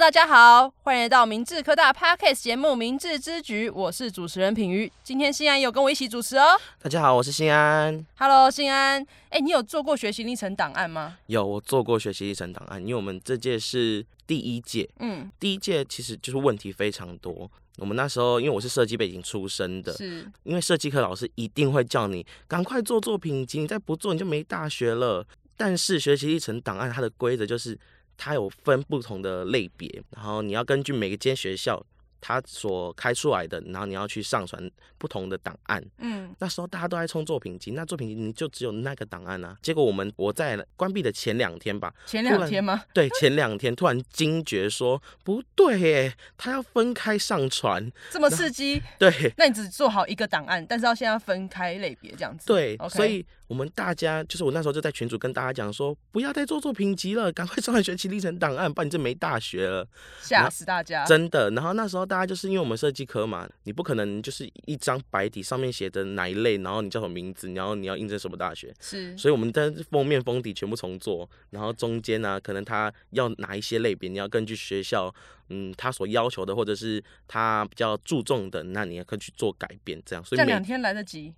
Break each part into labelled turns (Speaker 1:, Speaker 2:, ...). Speaker 1: 大家好，欢迎来到明治科大 Podcast 节目《明治之举》，我是主持人品瑜。今天新安有跟我一起主持哦。
Speaker 2: 大家好，我是新安。
Speaker 1: Hello，新安，哎、你有做过学习历程档案吗？
Speaker 2: 有我做过学习历程档案，因为我们这届是第一届，
Speaker 1: 嗯，
Speaker 2: 第一届其实就是问题非常多。我们那时候因为我是设计背景出身的，
Speaker 1: 是，
Speaker 2: 因为设计课老师一定会叫你赶快做作品集，你再不做你就没大学了。但是学习历程档案它的规则就是它有分不同的类别，然后你要根据每一间学校它所开出来的，然后你要去上传不同的档案。
Speaker 1: 嗯，
Speaker 2: 那时候大家都在冲作品集，那作品集你就只有那个档案啊。结果我们我在关闭的前两天吧，
Speaker 1: 前
Speaker 2: 突然
Speaker 1: 两天吗？
Speaker 2: 对，前两天突然惊觉说不对耶，他要分开上传，
Speaker 1: 这么刺激？
Speaker 2: 对
Speaker 1: 那你只做好一个档案，但是要现在分开类别这样子。
Speaker 2: 对
Speaker 1: OK
Speaker 2: 所以我们大家就是我那时候就在群组跟大家讲说，不要再做作品集了，赶快上来学习历程档案，不然你就没大学了。
Speaker 1: 吓死大家！
Speaker 2: 真的。然后那时候大家就是因为我们设计科嘛，你不可能就是一张白底上面写着哪一类，然后你叫什么名字，然后你要应征什么大学。
Speaker 1: 是
Speaker 2: 所以我们在封面封底全部重做，然后中间呢、可能他要哪一些类别，你要根据学校，嗯，他所要求的，或者是他比较注重的，那你也可以去做改变，这样。所
Speaker 1: 这
Speaker 2: 以
Speaker 1: 样
Speaker 2: 每
Speaker 1: 两天来得及，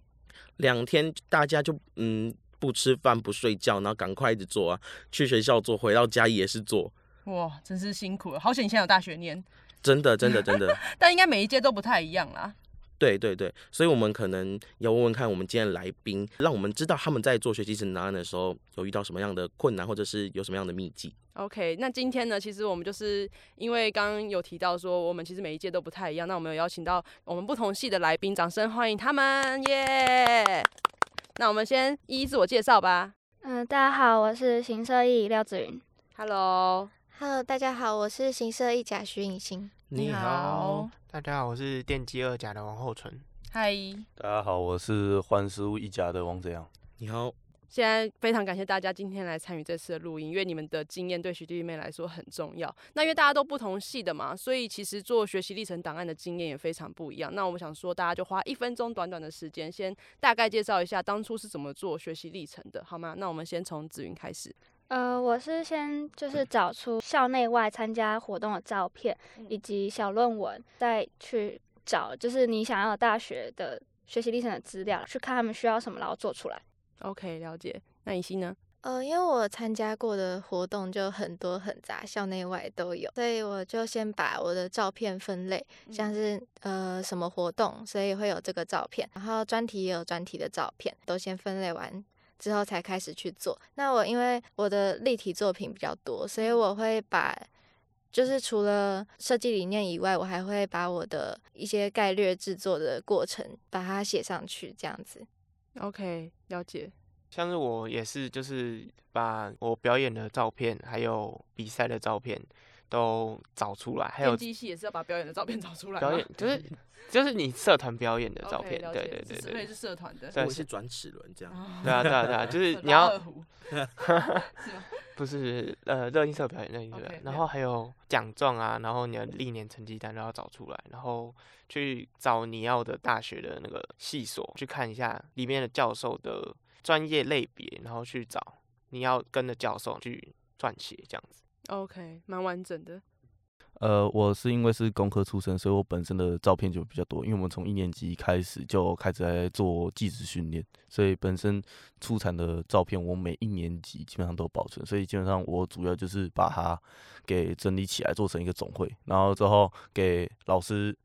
Speaker 2: 两天大家就嗯不吃饭不睡觉，然后赶快一直做啊，去学校做，回到家也是做，
Speaker 1: 哇，真是辛苦了。好险你现在有大学念，
Speaker 2: 真的真的真 的，
Speaker 1: 但应该每一届都不太一样啦。
Speaker 2: 对对对，所以我们可能要问问看我们今天的来宾，让我们知道他们在做学习成档案的时候有遇到什么样的困难，或者是有什么样的秘籍。
Speaker 1: OK，那今天呢，其实我们就是因为刚刚有提到说，我们其实每一届都不太一样，那我们有邀请到我们不同系的来宾，掌声欢迎他们，耶、那我们先一一自我介绍吧。
Speaker 3: 嗯、大家好，我是行社艺廖子云。
Speaker 1: Hello，
Speaker 4: Hello，大家好，我是行社一甲徐颖欣。
Speaker 1: 你好，
Speaker 5: 大家好，我是电机二甲的王厚纯。
Speaker 1: 嗨，
Speaker 6: 大家好，我是欢师傅一家的王子阳。
Speaker 2: 你好，
Speaker 1: 现在非常感谢大家今天来参与这次的录音，因为你们的经验对学弟妹来说很重要。那因为大家都不同系的嘛，所以其实做学习历程档案的经验也非常不一样。那我们想说，大家就花一分钟短短的时间，先大概介绍一下当初是怎么做学习历程的，好吗？那我们先从紫云开始。
Speaker 3: 呃，我是先就是找出校内外参加活动的照片以及小论文，再去找就是你想要的大学的学习历程的资料，去看他们需要什么，然后做出来。
Speaker 1: OK，了解。那以西呢？
Speaker 4: 呃，因为我参加过的活动就很多很杂，校内外都有，所以我就先把我的照片分类，像是呃什么活动，所以会有这个照片，然后专题也有专题的照片，都先分类完之后才开始去做。那我因为我的立体作品比较多，所以我会把就是除了设计理念以外，我还会把我的一些概略制作的过程把它写上去，这样子。
Speaker 1: OK，了解。
Speaker 5: 像是我也是，就是把我表演的照片，还有比赛的照片都找出来，还有
Speaker 1: 电机系也是要把表演的照片找出来吗。
Speaker 5: 表演，就是就是你社团表演的
Speaker 1: OK，
Speaker 5: 照片，
Speaker 1: 了
Speaker 5: 对
Speaker 1: 解
Speaker 5: 对
Speaker 1: 是
Speaker 5: 对
Speaker 1: 所以
Speaker 5: 对
Speaker 1: 是，社团的。
Speaker 5: 对
Speaker 2: 我
Speaker 5: 是
Speaker 2: 是转齿轮这样。
Speaker 1: 哦
Speaker 5: 对啊对啊对 啊，就是你
Speaker 1: 拉
Speaker 5: 要
Speaker 1: 二胡
Speaker 5: 不是呃热映社表演热映社表
Speaker 1: OK，
Speaker 5: 演，然
Speaker 1: 了
Speaker 5: 后还有奖状啊，然后你的历年成绩单都要找出来，然后去找你要的大学的那个系所去看一下里面的教授的专业类别，然后去找你要跟的教授去撰写这样子。
Speaker 1: OK，蛮完整的。
Speaker 6: 呃，我是因为是工科出身，所以我本身的照片就比较多。因为我们从一年级开始就开始在做技职训练，所以本身出产的照片我每一年级基本上都有保存，所以基本上我主要就是把它给整理起来，做成一个总会，然后之后给老师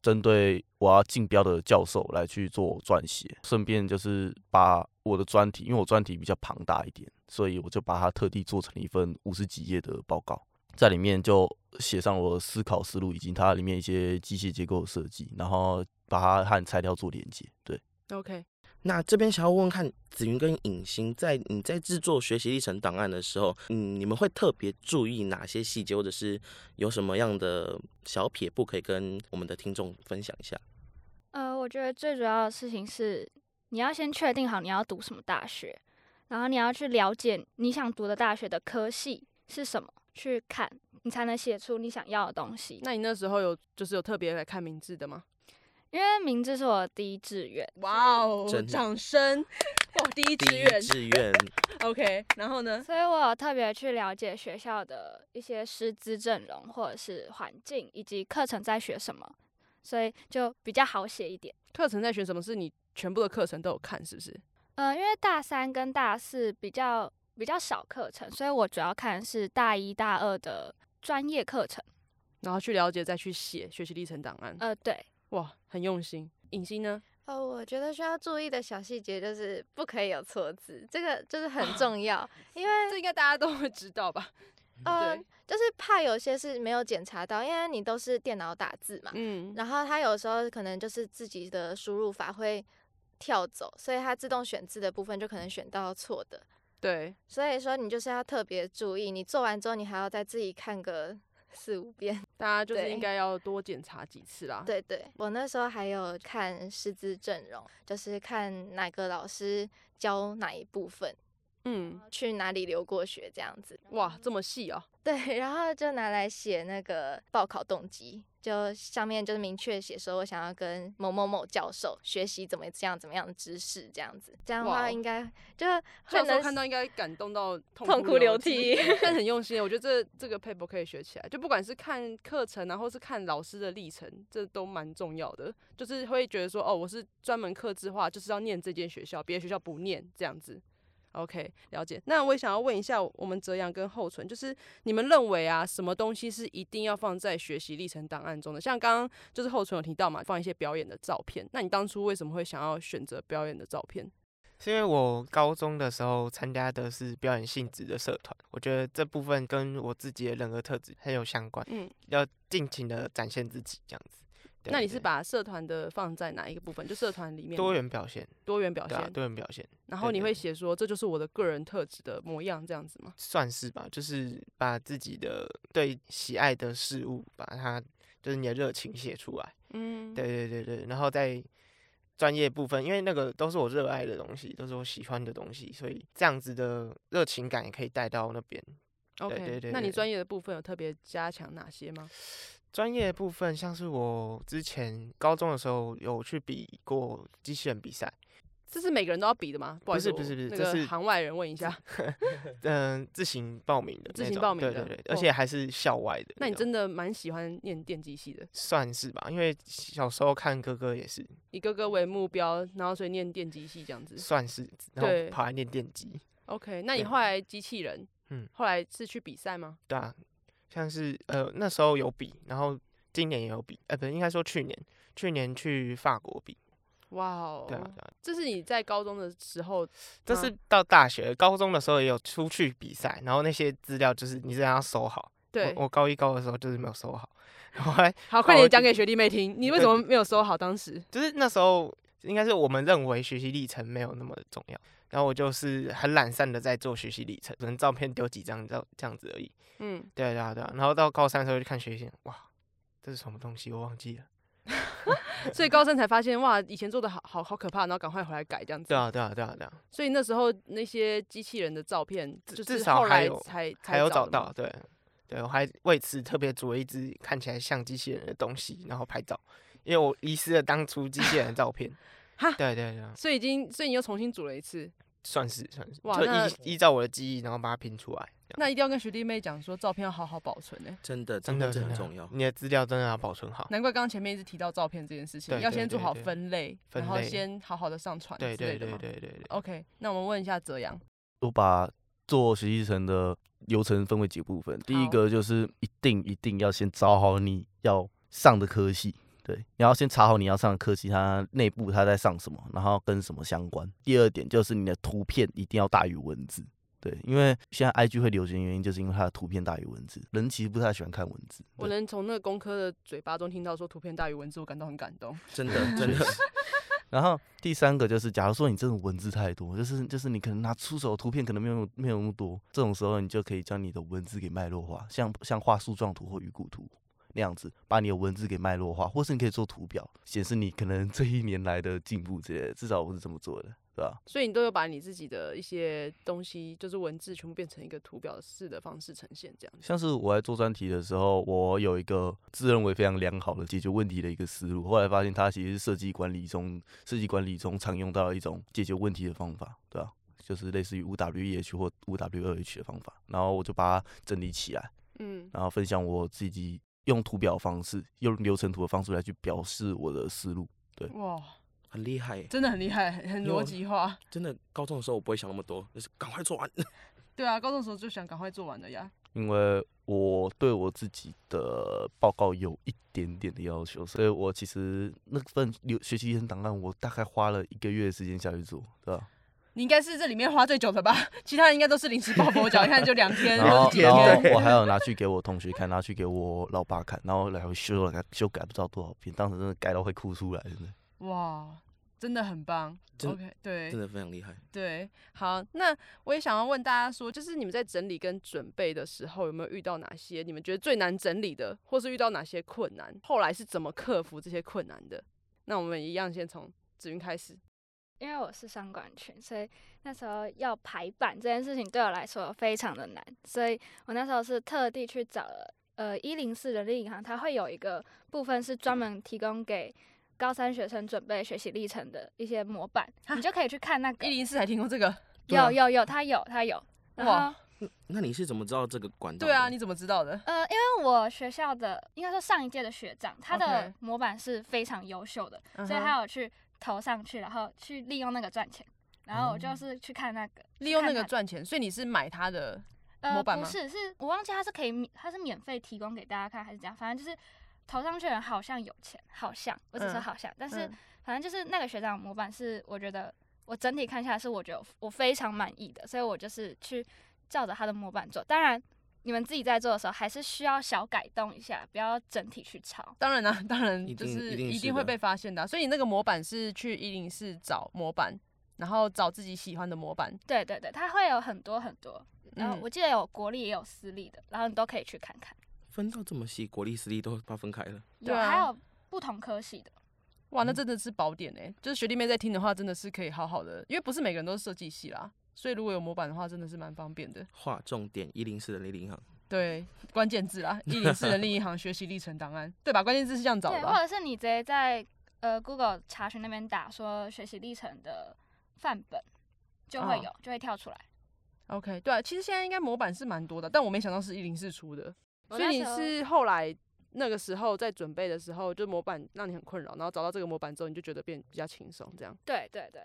Speaker 6: 针对我要竞标的教授来去做撰写，顺便就是把我的专题，因为我专题比较庞大一点，所以我就把它特地做成了一份五十几页的报告。在里面就写上我的思考思路以及它里面一些机械结构的设计，然后把它和材料做连接。对，
Speaker 1: OK，
Speaker 2: 那这边想要问问看，紫云跟影星在你在制作学习历程档案的时候，嗯，你们会特别注意哪些细节，或者是有什么样的小撇步可以跟我们的听众分享一下？
Speaker 3: 呃，我觉得最主要的事情是，你要先确定好你要读什么大学，然后你要去了解你想读的大学的科系是什么，去看，你才能写出你想要的东西。
Speaker 1: 那你那时候有就是有特别来看名字的吗？
Speaker 3: 因为名字是我的第一志愿，
Speaker 1: 哇哦
Speaker 2: 真的
Speaker 1: 掌声！哦，第一
Speaker 2: 第
Speaker 1: 志
Speaker 2: 一
Speaker 1: 愿
Speaker 2: 志愿
Speaker 1: ，OK，然后呢？
Speaker 3: 所以我有特别去了解学校的一些师资阵容，或者是环境，以及课程在学什么，所以就比较好写一点。
Speaker 1: 课程在选什么？是你全部的课程都有看，是不是？
Speaker 3: 呃，因为大三跟大四比较比较少课程，所以我主要看的是大一、大二的专业课程。
Speaker 1: 然后去了解，再去写学习历程档案。
Speaker 3: 呃，对，
Speaker 1: 哇，很用心。影星呢？
Speaker 4: 哦，我觉得需要注意的小细节就是不可以有错字，这个就是很重要，因为
Speaker 1: 这应该大家都会知道吧？
Speaker 4: 呃
Speaker 1: 对，
Speaker 4: 就是怕有些是没有检查到，因为你都是电脑打字嘛，
Speaker 1: 嗯，
Speaker 4: 然后它有时候可能就是自己的输入法会跳走，所以它自动选字的部分就可能选到错的。
Speaker 1: 对，
Speaker 4: 所以说你就是要特别注意，你做完之后你还要再自己看个 四五遍。
Speaker 1: 大家就是
Speaker 4: 对
Speaker 1: 应该要多检查几次啦。，
Speaker 4: 对对，我那时候还有看师资阵容，就是看哪个老师教哪一部分，
Speaker 1: 嗯，
Speaker 4: 去哪里留过学这样子。
Speaker 1: 哇，这么细哦、
Speaker 4: 对，然后就拿来写那个报考动机，就上面就是明确写说我想要跟某某某教授学习怎么这样怎么样的知识，这样子，这样的
Speaker 1: 哇哦
Speaker 4: 话应该就
Speaker 1: 教
Speaker 4: 会
Speaker 1: 授
Speaker 4: 能
Speaker 1: 看到应该感动到痛
Speaker 4: 痛
Speaker 1: 哭
Speaker 4: 哭
Speaker 1: 流
Speaker 4: 流
Speaker 1: 涕
Speaker 4: 涕，
Speaker 1: 但很用心。我觉得这这个 paper 可以学起来，就不管是看课程啊，然后是看老师的历程，这都蛮重要的。就是会觉得说，哦，我是专门克制化，就是要念这间学校，别的学校不念这样子。OK，了解。那我也想要问一下，我们哲阳跟后存，就是你们认为啊，什么东西是一定要放在学习历程档案中的？像刚刚就是后存有提到嘛，放一些表演的照片。那你当初为什么会想要选择表演的照片？
Speaker 5: 是因为我高中的时候参加的是表演性质的社团，我觉得这部分跟我自己的人格特质很有相关，
Speaker 1: 嗯，
Speaker 5: 要尽情的展现自己这样子。对
Speaker 1: 那你是
Speaker 5: 对
Speaker 1: 把社团的放在哪一个部分？就社团里面
Speaker 5: 多
Speaker 1: 元
Speaker 5: 元表现，
Speaker 1: 多元表
Speaker 5: 对啊，
Speaker 1: 现，
Speaker 5: 多元表现
Speaker 1: 然后
Speaker 5: 对
Speaker 1: 你
Speaker 5: 对
Speaker 1: 会
Speaker 5: 对
Speaker 1: 写说这就是我的个人特质的模样，这样子吗？
Speaker 5: 算是吧，就是把自己的对喜爱的事物，把它就是你的热情写出来。
Speaker 1: 嗯，
Speaker 5: 对对对对，然后在专业部分，因为那个都是我热爱的东西，都是我喜欢的东西，所以这样子的热情感也可以带到那边。
Speaker 1: ，OK
Speaker 5: 对对对
Speaker 1: 那你
Speaker 5: 对
Speaker 1: 专业的部分有特别加强哪些吗？
Speaker 5: 专业部分，像是我之前高中的时候有去比过机器人比赛，
Speaker 1: 这是每个人都要比的吗？不好意思，
Speaker 5: 不是
Speaker 1: 我
Speaker 5: 不是
Speaker 1: 那
Speaker 5: 这
Speaker 1: 个
Speaker 5: 是
Speaker 1: 行外人问一下。
Speaker 5: 嗯、自行报名的那种，
Speaker 1: 自行报名的
Speaker 5: 对对对，而
Speaker 1: 哦
Speaker 5: 且还是校外的种。
Speaker 1: 那你真的蛮喜欢念电机系的，
Speaker 5: 算是吧，因为小时候看哥哥也是，
Speaker 1: 以哥哥为目标，然后所以念电机系这样子。
Speaker 5: 算是，然
Speaker 1: 对
Speaker 5: 后跑来念电机，
Speaker 1: OK，那你
Speaker 5: 对
Speaker 1: 后来机器人，
Speaker 5: 嗯
Speaker 1: 后来是去比赛吗？
Speaker 5: 对啊，像是呃那时候有比，然后今年也有比，呃不应该说去年，去年去法国比，
Speaker 1: 哇哦，
Speaker 5: 对啊对啊，
Speaker 1: 这是你在高中的时候
Speaker 5: 这
Speaker 1: 吗
Speaker 5: 是到大学高中的时候也有出去比赛，然后那些资料就是你这样要收好，
Speaker 1: 对
Speaker 5: 我，我高一高二的时候就是没有收好，然后后来
Speaker 1: 好，快点
Speaker 5: 我
Speaker 1: 讲
Speaker 5: 就
Speaker 1: 给学弟妹听，你为什么没有收好当时？
Speaker 5: 就是那时候应该是我们认为学习历程没有那么的重要，然后我就是很懒散的在做学习历程，可能照片丢几张这样这样子而已，
Speaker 1: 嗯，
Speaker 5: 对啊对啊对啊，然后到高三的时候就看学习历程，哇，这是什么东西我忘记了。
Speaker 1: 所以高三才发现，哇，以前做的好好好可怕，然后赶快回来改这样子。
Speaker 5: 对啊，对啊，对啊，对啊，
Speaker 1: 所以那时候那些机器人的照片，就是
Speaker 5: 至少
Speaker 1: 后
Speaker 5: 还
Speaker 1: 来
Speaker 5: 有
Speaker 1: 才才
Speaker 5: 还有找
Speaker 1: 的
Speaker 5: 到，
Speaker 1: 嘛。
Speaker 5: 对，对我还为此特别组了一只看起来像机器人的东西，然后拍照，因为我遗失了当初机器人的照片
Speaker 1: 哈。
Speaker 5: 对对对，
Speaker 1: 所以已经，所以你又重新组了一次。
Speaker 5: 算是算是，
Speaker 1: 哇
Speaker 5: 就
Speaker 1: 那
Speaker 5: 依依照我的记忆，然后把它拼出来。这样
Speaker 1: 那一定要跟学弟妹讲说，照片要好好保存呢、
Speaker 2: 真的真
Speaker 5: 真的
Speaker 2: 的这
Speaker 5: 真
Speaker 2: 很
Speaker 5: 的
Speaker 2: 重要。
Speaker 5: 你的资料真的要保存好。
Speaker 1: 难怪刚刚前面一直提到照片这件事情，
Speaker 5: 对
Speaker 1: 要
Speaker 5: 对
Speaker 1: 先做
Speaker 5: 对
Speaker 1: 好
Speaker 5: 对
Speaker 1: 分类，
Speaker 5: 分
Speaker 1: 然后
Speaker 5: 类
Speaker 1: 先好好的上传
Speaker 5: 对
Speaker 1: 之类
Speaker 5: 对
Speaker 1: 的哦
Speaker 5: 对
Speaker 1: 嘛。
Speaker 5: 对对对。
Speaker 1: OK，那我们问一下泽阳，
Speaker 6: 我把做学习层的流程分为几个部分。第一
Speaker 1: 好
Speaker 6: 个就是一定一定要先找好你要上的科系，对，你要先查好你要上的科系，它内部它在上什么，然后跟什么相关。第二点就是你的图片一定要大于文字。对，因为现在 IG 会流行的原因，就是因为它的图片大于文字，人其实不太喜欢看文字。
Speaker 1: 我
Speaker 6: 对
Speaker 1: 能从那个工科的嘴巴中听到说图片大于文字，我感到很感动。
Speaker 2: 真的真
Speaker 6: 确
Speaker 2: 的
Speaker 6: 实。然后第三个就是，假如说你真的文字太多，就是就是你可能拿出手的图片可能没有没有那么多，这种时候你就可以将你的文字给脉络化，像像画树状图或鱼骨图那样子，把你的文字给脉络化，或是你可以做图表，显示你可能这一年来的进步之类的。至少我是这么做的。对吧、
Speaker 1: 所以你都有把你自己的一些东西，就是文字全部变成一个图表式的方式呈现，这样子。
Speaker 6: 像是我在做专题的时候，我有一个自认为非常良好的解决问题的一个思路，后来发现它其实是设计管理中设计管理中常用到的一种解决问题的方法，对吧、就是类似于 5W1H 或 5W2H 的方法，然后我就把它整理起来，
Speaker 1: 嗯，
Speaker 6: 然后分享我自己用图表方式、用流程图的方式来去表示我的思路。
Speaker 1: 哇，
Speaker 2: 很厉害耶，
Speaker 1: 真的很厉害，很
Speaker 2: 有
Speaker 1: 逻辑化。
Speaker 2: 真的。高中的时候我不会想那么多，就是赶快做完。
Speaker 1: 对啊，高中的时候就想赶快做完的呀。
Speaker 6: 因为我对我自己的报告有一点点的要求，所以我其实那份留学习生档案，我大概花了一个月的时间下去做，对吧？
Speaker 1: 你应该是这里面花最久的吧？ 其他人应该都是临时抱佛脚，你看就两天，
Speaker 6: 然后
Speaker 1: 或，是几
Speaker 6: 然后
Speaker 1: 天。
Speaker 6: 我还有拿去给我同学看，拿去给我老爸看，然后来回修改修改不知道多少遍，当时真的改到会哭出来，真的。
Speaker 1: 哇，真的很棒。
Speaker 2: 真
Speaker 1: OK，对
Speaker 2: 真的非常厉害。
Speaker 1: 对，好，那我也想要问大家说，就是你们在整理跟准备的时候，有没有遇到哪些你们觉得最难整理的，或是遇到哪些困难？后来是怎么克服这些困难的？那我们一样先从子云开始。
Speaker 3: 因为我是商管群，所以那时候要排版这件事情对我来说非常的难，所以我那时候是特地去找了呃一零四人力银行，它会有一个部分是专门提供给高三学生准备学习历程的一些模板，
Speaker 1: 哈
Speaker 3: 你就可以去看那个
Speaker 1: 一。零四还听过这个？
Speaker 2: 对啊
Speaker 3: 有有有，它有它有。然
Speaker 1: 哇
Speaker 3: 后
Speaker 2: 那那你是怎么知道这个管道的？
Speaker 1: 对啊，你怎么知道的？
Speaker 3: 呃，因为我学校的应该说上一届的学长，他
Speaker 1: OK
Speaker 3: 的模板是非常优秀的，所以
Speaker 1: 嗯哼
Speaker 3: 他有去投上去，然后去利用那个赚钱。然后
Speaker 1: 嗯
Speaker 3: 我就是去看那个，
Speaker 1: 利用那
Speaker 3: 看
Speaker 1: 个
Speaker 3: 它
Speaker 1: 赚钱，所以你是买它的模
Speaker 3: 呃，
Speaker 1: 板
Speaker 3: 不
Speaker 1: 吗
Speaker 3: 是，是我忘记它是可以免，它是免费提供给大家看还是怎样？反正就是投上去的人好像有钱，好像我只说
Speaker 1: 嗯
Speaker 3: 好像，但是
Speaker 1: 嗯
Speaker 3: 反正就是那个学长的模板是我觉得我整体看下来是我觉得我非常满意的，所以我就是去照着他的模板做。当然，你们自己在做的时候还是需要小改动一下，不要整体去抄。
Speaker 1: 当然啦、啊当然
Speaker 2: 一
Speaker 1: 就
Speaker 2: 定
Speaker 1: 是
Speaker 2: 一定
Speaker 1: 一
Speaker 2: 是
Speaker 1: 定会
Speaker 2: 的
Speaker 1: 被发现的啊、所以你那个模板是去一零四找模板，然后找自己喜欢的模板。
Speaker 3: 对对对，它会有很多很多，嗯然后
Speaker 1: 嗯
Speaker 3: 我记得有国立也有私立的，然后你都可以去看看，
Speaker 2: 分到这么细，国立私立都把它分开了。
Speaker 1: 对
Speaker 3: 有
Speaker 1: 啊
Speaker 3: 还有不同科系的。
Speaker 1: 哇，那真的是宝典哎、就是学弟妹在听的话，真的是可以好好的，因为不是每个人都是设计系啦，所以如果有模板的话，真的是蛮方便的。
Speaker 2: 划重点，一零四人力银行。
Speaker 1: 对，关键字啦，一零四人力银行学习历程档案，对吧？关键字是这样找的啊
Speaker 3: 对，或
Speaker 1: 吧？
Speaker 3: 者是你直接在呃 Google 查询那边打说学习历程的范本，就会
Speaker 1: 哦
Speaker 3: 有，就会跳出来。
Speaker 1: OK，对啊，其实现在应该模板是蛮多的，但我没想到是一零四出的，
Speaker 3: 我
Speaker 1: 所 以你
Speaker 3: 那时候
Speaker 1: 是后来那个时候在准备的时候，就模板让你很困扰，然后找到这个模板之后，你就觉得变比较轻松，这样
Speaker 3: 对对对，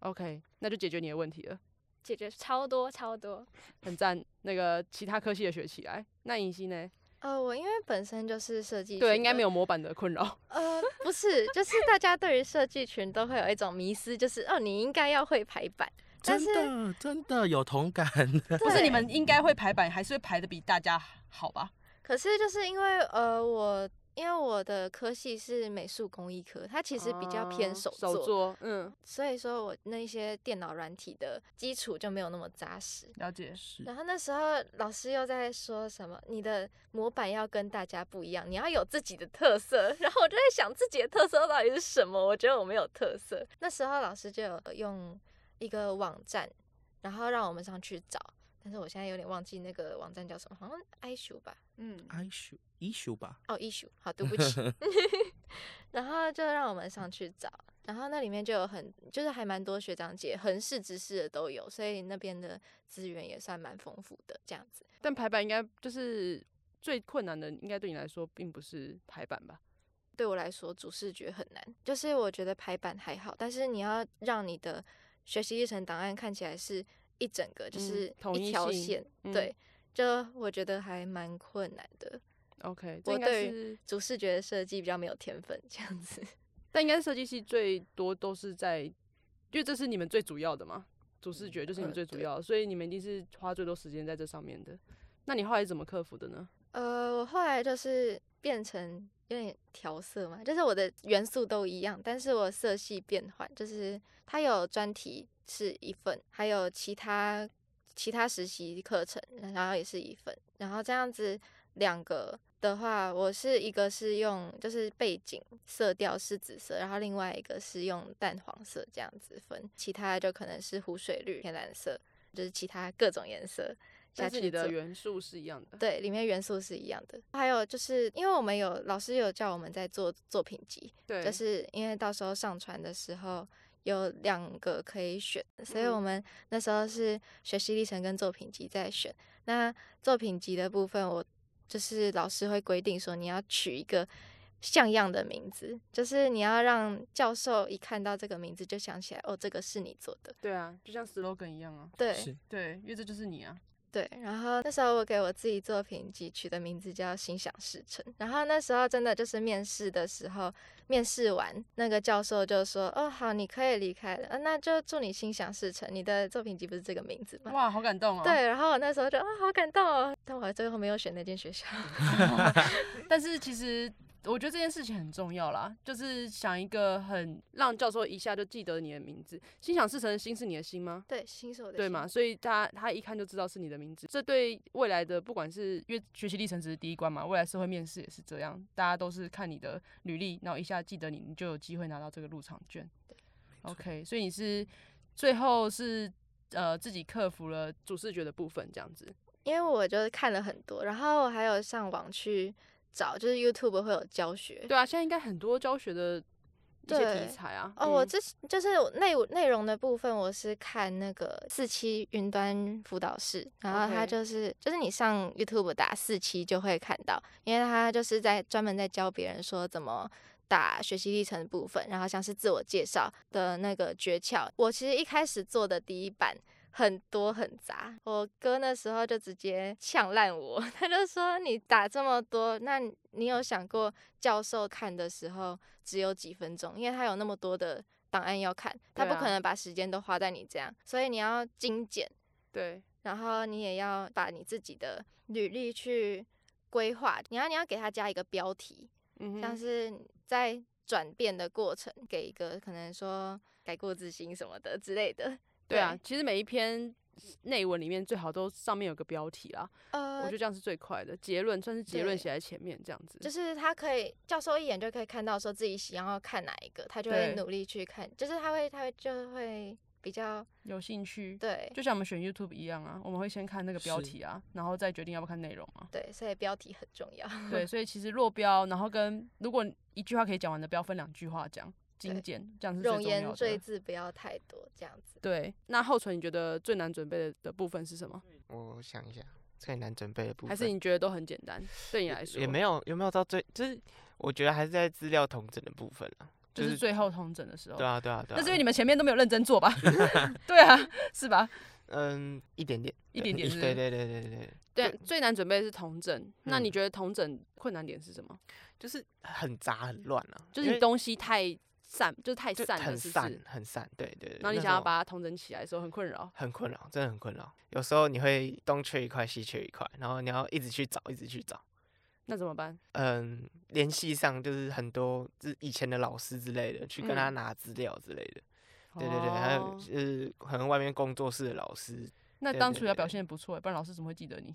Speaker 1: OK，那就解决你的问题了，
Speaker 3: 解决超多超多。
Speaker 1: 很赞。那个其他科系也学起来，那银星呢？
Speaker 4: 呃，我因为本身就是设计，
Speaker 1: 对，应该没
Speaker 4: 有。
Speaker 1: 有模板的困扰。
Speaker 4: 呃，不是，就是大家对于设计群都会有一种迷思，就是哦，你应该要会排版， 但
Speaker 2: 真
Speaker 4: 是
Speaker 2: 的真的有同感，
Speaker 1: 不是
Speaker 4: 对
Speaker 1: 你们应该会排版，还是会排的比大家好吧？
Speaker 4: 可是就是因为呃，我因为我的科系是美术工艺科，它其实比较偏
Speaker 1: 哦
Speaker 4: 手作，
Speaker 1: 手作，嗯，
Speaker 4: 所以说我那些电脑软体的基础就没有那么扎实。
Speaker 1: 了解。
Speaker 2: 是
Speaker 4: 然后那时候老师又在说什么，你的模板要跟大家不一样，你要有自己的特色。 然后我就在想自己的特色到底是什么？我觉得我没有特色。那时候老师就有呃用一个网站，然后让我们上去找，但是我现在有点忘记那个网站叫什么，好像 iShoe 吧，
Speaker 1: 嗯，
Speaker 2: issue issue 吧，
Speaker 4: 哦 issue，好，对不起。 然后就让我们上去找，然后那里面就有很就是还蛮多学长姐横式直视的都有，所以那边的资源也算蛮丰富的这样子。
Speaker 1: 但排版应该就是最困难的，应该对你来说并不是排版吧？
Speaker 4: 对我来说，主视觉很难。就是我觉得排版还好，但是你要让你的学习历程档案看起来是一整个，就
Speaker 1: 嗯
Speaker 4: 是
Speaker 1: 统一
Speaker 4: 一条
Speaker 1: 性
Speaker 4: 线，
Speaker 1: 嗯
Speaker 4: 对，就我觉得还蛮困难的。
Speaker 1: OK，这
Speaker 4: 我
Speaker 1: 应该
Speaker 4: 对
Speaker 1: 是
Speaker 4: 于，主视觉的设计比较没有天分，这样子。
Speaker 1: 但应该是设计系最多都是在，因为这是你们最主要的嘛，主视觉就是你们
Speaker 4: 嗯
Speaker 1: 最主
Speaker 4: 对
Speaker 1: 要的，所以你们一定是花最多时间在这上面的。那你后来是怎么克服的呢？
Speaker 4: 呃，我后来就是变成有点调色嘛，就是我的元素都一样，但是我色系变换，就是它有专题是一份，还有其他其他实习课程，然后也是一份，然后这样子两个的话，我是一个是用就是背景色调是紫色，然后另外一个是用淡黄色这样子分，其他就可能是湖水绿、天蓝色，就是其他各种颜色下
Speaker 1: 但是
Speaker 4: 去
Speaker 1: 你
Speaker 4: 做
Speaker 1: 的。元素是一样的。
Speaker 4: 对，里面元素是一样的。还有就是，因为我们有老师有叫我们在做作品集，
Speaker 1: 对，
Speaker 4: 就是因为到时候上传的时候有两个可以选，所以
Speaker 1: 嗯
Speaker 4: 我们那时候是学习历程跟作品集在选。那作品集的部分，我就是老师会规定说你要取一个像样的名字，就是你要让教授一看到这个名字就想起来，哦，这个是你做的。
Speaker 1: 对啊，就像 slogan 一样啊。
Speaker 4: 对
Speaker 2: 是
Speaker 1: 对，因为这就是你啊。
Speaker 4: 对，然后那时候我给我自己作品集取的名字叫“心想事成”。然后那时候真的就是面试的时候，面试完那个教授就说：“哦，好，你可以离开了，啊、那就祝你心想事成。你的作品集不是这个名字吗？”
Speaker 1: 哇，好感动哦。，
Speaker 4: 对，然后我那时候就啊、好感动哦，但我最后没有选那间学校。
Speaker 1: 嗯但是其实我觉得这件事情很重要啦，就是想一个很让教授一下就记得你的名字。心想事成的心是你的心吗？
Speaker 4: 对，新手的
Speaker 1: 对
Speaker 4: 心
Speaker 1: 嘛，？所以他他一看就知道是你的名字，这对未来的不管是因为学习历程只是第一关嘛，未来社会面试也是这样，大家都是看你的履历，然后一下记得你，你就有机会拿到这个入场券。OK，所以你是最后是呃自己克服了主视觉的部分，这样子。
Speaker 4: 因为我就是看了很多，然后我还有上网去找，就是 YouTube 会有教学。
Speaker 1: 对啊，现在应该很多教学的一些
Speaker 4: 对
Speaker 1: 题材啊。
Speaker 4: 哦，我
Speaker 1: 嗯
Speaker 4: 之前就是我内内容的部分，我是看那个四期云端辅导室，然后它
Speaker 1: OK
Speaker 4: 就是就是你上 YouTube 打四期就会看到，因为它就是在专门在教别人说怎么。打学习历程的部分，然后像是自我介绍的那个诀窍，我其实一开始做的第一版很多很杂，我哥那时候就直接呛烂我，他就说你打这么多，那你有想过教授看的时候只有几分钟，因为他有那么多的档案要看，他
Speaker 1: 对
Speaker 4: 不
Speaker 1: 啊
Speaker 4: 可能把时间都花在你这样，所以你要精简，
Speaker 1: 对
Speaker 4: 然后你也要把你自己的履历去规划，你要你要给他加一个标题，
Speaker 1: 嗯
Speaker 4: 像
Speaker 1: 哼，
Speaker 4: 是在转变的过程给一个可能说改过自新什么的之类的。
Speaker 1: 对啊，其实每一篇内文里面最好都上面有个标题啦，我
Speaker 4: 呃
Speaker 1: 觉得，这样是最快的。结论算是结论
Speaker 4: 对
Speaker 1: 写在前面这样子，
Speaker 4: 就是他可以教授一眼就可以看到说自己想要看哪一个，他就
Speaker 1: 对
Speaker 4: 会努力去看，就是他会他会就会比较
Speaker 1: 有兴趣。
Speaker 4: 对
Speaker 1: 就像我们选 YouTube 一样啊，我们会先看那个标
Speaker 2: 是
Speaker 1: 题啊，然后再决定要不要看内容啊。
Speaker 4: 对，所以标题很重要。
Speaker 1: 对，所以其实落标，然后跟如果一句话可以讲完的标，分两句话讲，精
Speaker 4: 对
Speaker 1: 简，这样是最
Speaker 4: 容
Speaker 1: 重要
Speaker 4: 颜
Speaker 1: 的。
Speaker 4: 赘字不要太多，这样子。
Speaker 1: 对，那后存你觉得最难准备的的部分是什么？
Speaker 5: 我想一下，最难准备的部分
Speaker 1: 还是你觉得都很简单？对你
Speaker 5: 也
Speaker 1: 来说
Speaker 5: 也没有有没有到最，就是我觉得还是在资料统整的部分啊，
Speaker 1: 就是是最后通整的时候。
Speaker 5: 对啊对啊对啊，
Speaker 1: 那是因为你们前面都没有认真做 吧？对啊，是吧？
Speaker 5: 嗯一点点
Speaker 1: 一点点是不
Speaker 5: 对
Speaker 1: 是
Speaker 5: 对对对对对，
Speaker 1: 对，最难准备的是同整。那你
Speaker 5: 嗯
Speaker 1: 觉得同整困难点是什么？
Speaker 5: 就是很杂很乱啊，
Speaker 1: 就是
Speaker 5: 因
Speaker 1: 你
Speaker 5: 为
Speaker 1: 东西太散，就是太
Speaker 5: 就
Speaker 1: 散了，
Speaker 5: 很
Speaker 1: 是不
Speaker 5: 散
Speaker 1: 是？
Speaker 5: 很散，对对对，
Speaker 1: 然后你
Speaker 5: 那
Speaker 1: 想要
Speaker 5: 种
Speaker 1: 把它同整起来的时候，很困扰。
Speaker 5: 很困扰，真的很困扰。有时候你会东缺一块，西缺一块，然后你要一直去找，一直去找。
Speaker 1: 那怎么办？
Speaker 5: 嗯，联系上就是很多就是以前的老师之类的，去跟他
Speaker 1: 嗯
Speaker 5: 拿资料之类的。对对对，还有
Speaker 1: 哦
Speaker 5: 就是可能外面工作室的老师
Speaker 1: 那
Speaker 5: 对
Speaker 1: 当
Speaker 5: 对
Speaker 1: 初要
Speaker 5: 对
Speaker 1: 表现得不错，欸不然老师怎么会记得你？